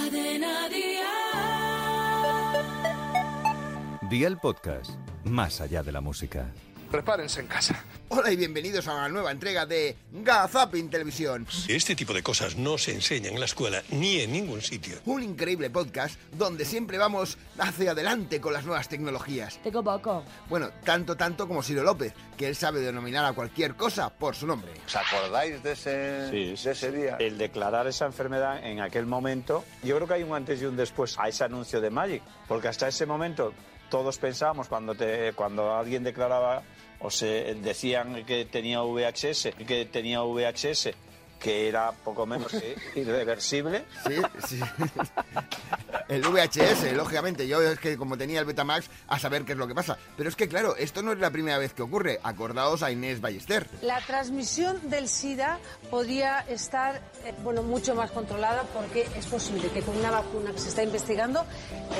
Cadena Dial. Dial Podcast, más allá de la música. Prepárense en casa. Hola y bienvenidos a una nueva entrega de Gazapin Televisión. Este tipo de cosas no se enseñan en la escuela ni en ningún sitio. Un increíble podcast donde siempre vamos hacia adelante con las nuevas tecnologías. Tengo poco. Bueno, tanto tanto como Ciro López, que él sabe denominar a cualquier cosa por su nombre. ¿Os acordáis de ese, sí, de ese día? El declarar esa enfermedad en aquel momento, yo creo que hay un antes y un después a ese anuncio de Magic, porque hasta ese momento todos pensábamos cuando, te, cuando alguien declaraba o se decían que tenía VHS, que tenía VHS, que era poco menos que irreversible. Sí, sí. El VHS, lógicamente. Yo es que como tenía el Betamax, a saber qué es lo que pasa. Pero es que claro, esto no es la primera vez que ocurre. Acordaos a Inés Ballester. La transmisión del SIDA podía estar, eh, bueno, mucho más controlada porque es posible que con una vacuna que se está investigando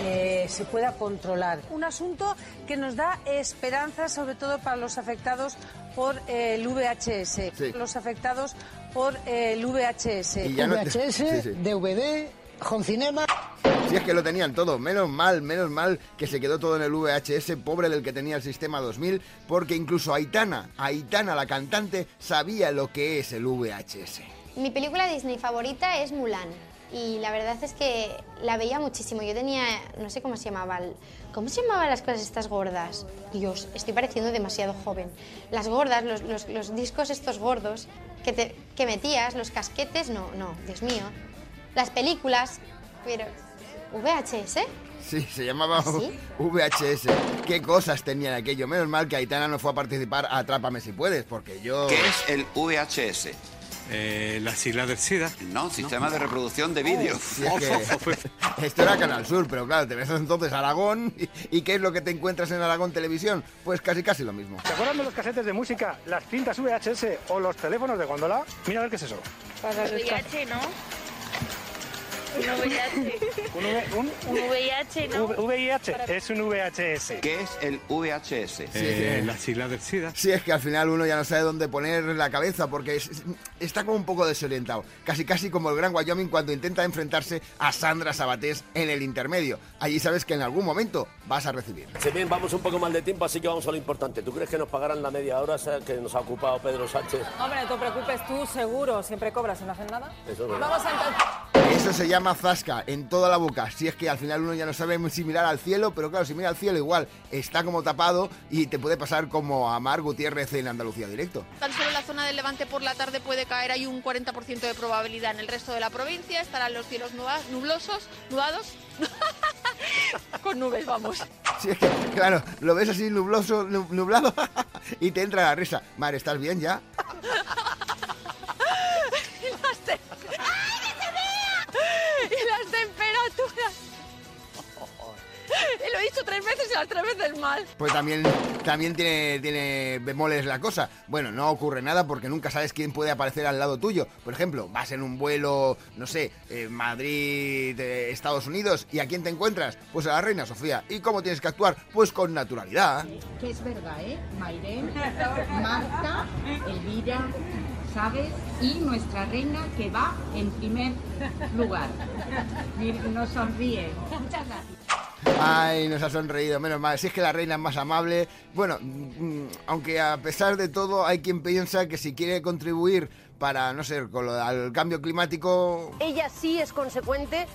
eh, se pueda controlar. Un asunto que nos da esperanza, sobre todo para los afectados por eh, el VHS. Sí. Los afectados por eh, el VHS. Y ya VHS, no... sí, sí. DVD, Home Cinema. Si sí, es que lo tenían todo, menos mal, menos mal que se quedó todo en el VHS, pobre del que tenía el sistema 2000, porque incluso Aitana, Aitana la cantante, sabía lo que es el VHS. Mi película Disney favorita es Mulan y la verdad es que la veía muchísimo. Yo tenía, no sé cómo se llamaban, ¿cómo se llamaban las cosas estas gordas? Dios, estoy pareciendo demasiado joven. Las gordas, los, los, los discos estos gordos que, te, que metías, los casquetes, no, no, Dios mío. Las películas, pero... ¿VHS? Sí, se llamaba ¿Ah, ¿Sí? VHS. ¿Qué cosas tenían aquello? Menos mal que Aitana no fue a participar a Atrápame si puedes, porque yo... ¿Qué es el VHS? Eh, la sigla del SIDA. No, sistema no. de reproducción de vídeo. Sí, es que esto era Canal Sur, pero claro, te ves entonces a Aragón. Y, y, qué es lo que te encuentras en Aragón Televisión? Pues casi casi lo mismo. ¿Te acuerdan de los casetes de música, las cintas VHS o los teléfonos de gondola? Mira a ver qué es eso. Para VH, ¿no? Un VIH. Un, un, un, VIH, ¿no? VIH es un VHS. ¿Qué es el VHS? Eh, eh, la sigla del SIDA. Sí, es que al final uno ya no sabe dónde poner la cabeza porque es, está como un poco desorientado. Casi casi como el Gran Wyoming cuando intenta enfrentarse a Sandra Sabatés en el intermedio. Allí sabes que en algún momento vas a recibir. Sí, bien, vamos un poco mal de tiempo, así que vamos a lo importante. ¿Tú crees que nos pagarán la media hora que nos ha ocupado Pedro Sánchez? Hombre, no te preocupes tú, seguro. Siempre cobras y no hacen nada. Eso no. Vamos a Eso se llama zasca en toda la boca. Si es que al final uno ya no sabe si mirar al cielo, pero claro, si mira al cielo igual está como tapado y te puede pasar como a Mar Gutiérrez en Andalucía directo. Tan solo en la zona del Levante por la tarde puede caer, hay un 40% de probabilidad. En el resto de la provincia estarán los cielos nublosos, nudados, con nubes, vamos. Si es que, claro, lo ves así nubloso, nublado y te entra la risa. Mar, ¿estás bien ya? lo he dicho tres veces y las tres veces mal. Pues también, también tiene, tiene bemoles la cosa. Bueno, no ocurre nada porque nunca sabes quién puede aparecer al lado tuyo. Por ejemplo, vas en un vuelo, no sé, eh, Madrid, eh, Estados Unidos, ¿y a quién te encuentras? Pues a la reina Sofía. ¿Y cómo tienes que actuar? Pues con naturalidad. Que es verdad, ¿eh? Mairén, Marta, Elvira, ¿sabes? Y nuestra reina que va en primer lugar. Nos sonríe. Muchas gracias. Ay, nos ha sonreído, menos mal. Si es que la reina es más amable. Bueno, mm, aunque a pesar de todo hay quien piensa que si quiere contribuir para, no sé, con lo, al cambio climático... Ella sí es consecuente,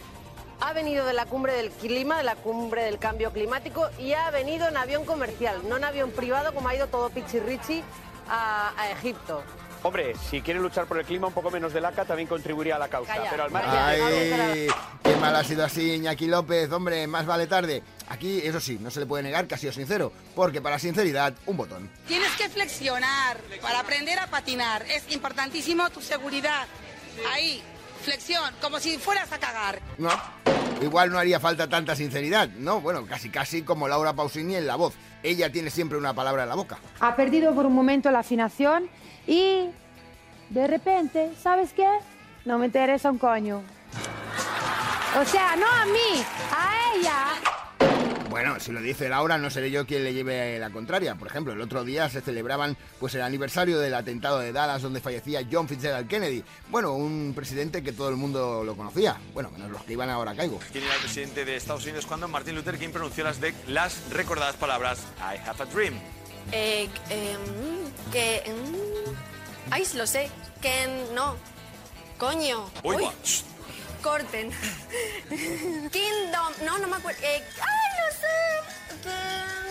ha venido de la cumbre del clima, de la cumbre del cambio climático y ha venido en avión comercial, no en avión privado como ha ido todo Pichirrichi a, a Egipto. Hombre, si quiere luchar por el clima, un poco menos de laca también contribuiría a la causa. Calla, pero al margen. ¡Ay! ¡Qué mal ha sido así, Iñaki López! Hombre, más vale tarde. Aquí, eso sí, no se le puede negar que ha sido sincero, porque para sinceridad, un botón. Tienes que flexionar para aprender a patinar. Es importantísimo tu seguridad. Ahí, flexión, como si fueras a cagar. No. Igual no haría falta tanta sinceridad, ¿no? Bueno, casi casi como Laura Pausini en la voz. Ella tiene siempre una palabra en la boca. Ha perdido por un momento la afinación y de repente, ¿sabes qué? No me interesa un coño. O sea, no a mí, a ella. Bueno, si lo dice Laura, no seré yo quien le lleve la contraria. Por ejemplo, el otro día se celebraban pues el aniversario del atentado de Dallas donde fallecía John Fitzgerald Kennedy. Bueno, un presidente que todo el mundo lo conocía. Bueno, menos los que iban ahora a caigo. ¿Quién era el presidente de Estados Unidos cuando Martin Luther King pronunció las, de, las recordadas palabras I have a dream? Eh, eh, mm, que. mm, ay, lo sé. Que mm, no. Coño. Uy, Uy, guau. Shh. corten. Kingdom. No, no me acuerdo. Eh, ay, no sé. Que-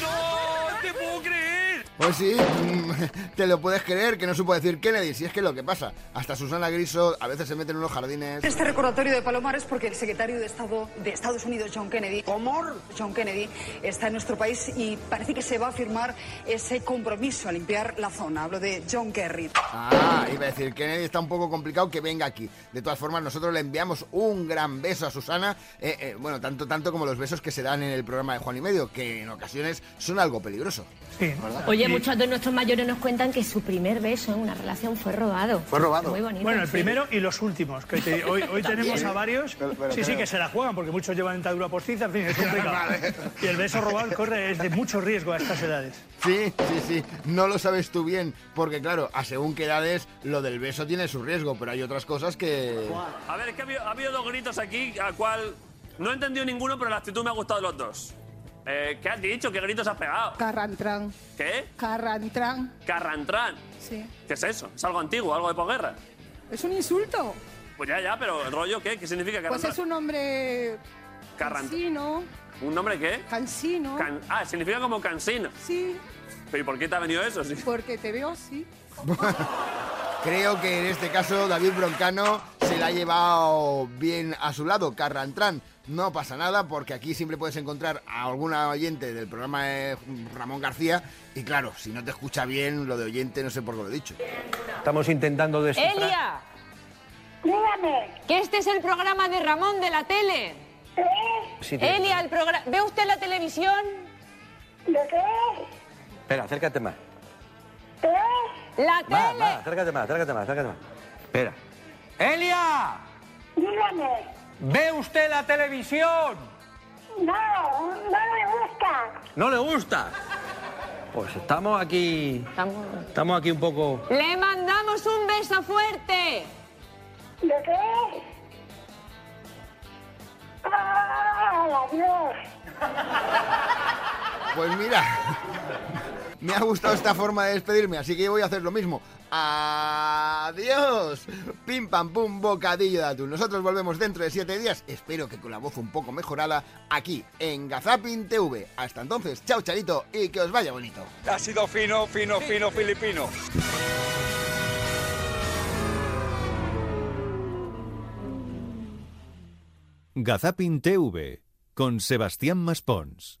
¡No te puedo creer! Pues sí, mm, te lo puedes creer que no supo decir Kennedy, si es que es lo que pasa. Hasta Susana Griso a veces se mete en unos jardines. Este recordatorio de Palomar es porque el secretario de Estado de Estados Unidos, John Kennedy, John Kennedy, está en nuestro país y parece que se va a firmar ese compromiso a limpiar la zona. Hablo de John Kerry. Ah, iba a decir, Kennedy está un poco complicado que venga aquí. De todas formas, nosotros le enviamos un gran beso a Susana. eh, eh, bueno, tanto, tanto como los besos que se dan en el programa de Juan y Medio, que en ocasiones son algo peligroso. Sí, Oye, muchos de nuestros mayores nos cuentan que su primer beso en una relación fue robado. Muy bonito. Bueno, el sí. primero y los últimos. Que te- hoy hoy También. tenemos a varios. Pero- pero- sí, sí, pero- que se la juegan porque muchos llevan dentadura postiza. En fin, es complicado. Y el beso robado corre, es de mucho riesgo a estas edades. Sí, sí, sí, no lo sabes tú bien, porque claro, a según qué edades, lo del beso tiene su riesgo, pero hay otras cosas que... A ver, es que ha habido, ha habido dos gritos aquí, al cual no he entendido ninguno, pero la actitud me ha gustado de los dos. Eh, ¿Qué has dicho? ¿Qué gritos has pegado? Carrantrán, ¿Qué? carrantrán. Carrantrán. Sí. ¿Qué es eso? ¿Es algo antiguo, algo de posguerra? Es un insulto. Pues ya, ya, pero el rollo, ¿qué? ¿Qué significa Pues carrantrán? es un hombre Carrantrán. cansino, ¿Un nombre qué? cansino, Can- ah, significa como cansino. Sí. ¿Pero y por qué te ha venido eso? Sí. porque te veo así. Creo que en este caso David Broncano se la ha llevado bien a su lado, Carrantrán. No pasa nada porque aquí siempre puedes encontrar a alguna oyente del programa de Ramón García y claro, si no te escucha bien lo de oyente no sé por qué lo he dicho. Estamos intentando Elia, Dígame, que este es el programa de Ramón de la tele. Sí, te- Elia, el programa. ¿Ve usted la televisión? ¿de qué? Espera, acércate más. La Va, tele. va, acércate más, acércate más, acércate más. Espera. ¡Elia! Dígame. ¿Ve usted la televisión? No, no me gusta. ¿No le gusta? Pues estamos aquí. Estamos aquí un poco. Le mandamos un beso fuerte. ¿De qué? ¡Ah, adiós! Pues mira, me ha gustado esta forma de despedirme, así que yo voy a hacer lo mismo. Adiós. Pim pam pum, bocadillo de atún. Nosotros volvemos dentro de siete días, espero que con la voz un poco mejorada, aquí en Gazapin TV. Hasta entonces, chao charito y que os vaya bonito. Ha sido fino, fino, fino, filipino. Gazapin TV con Sebastián Maspons.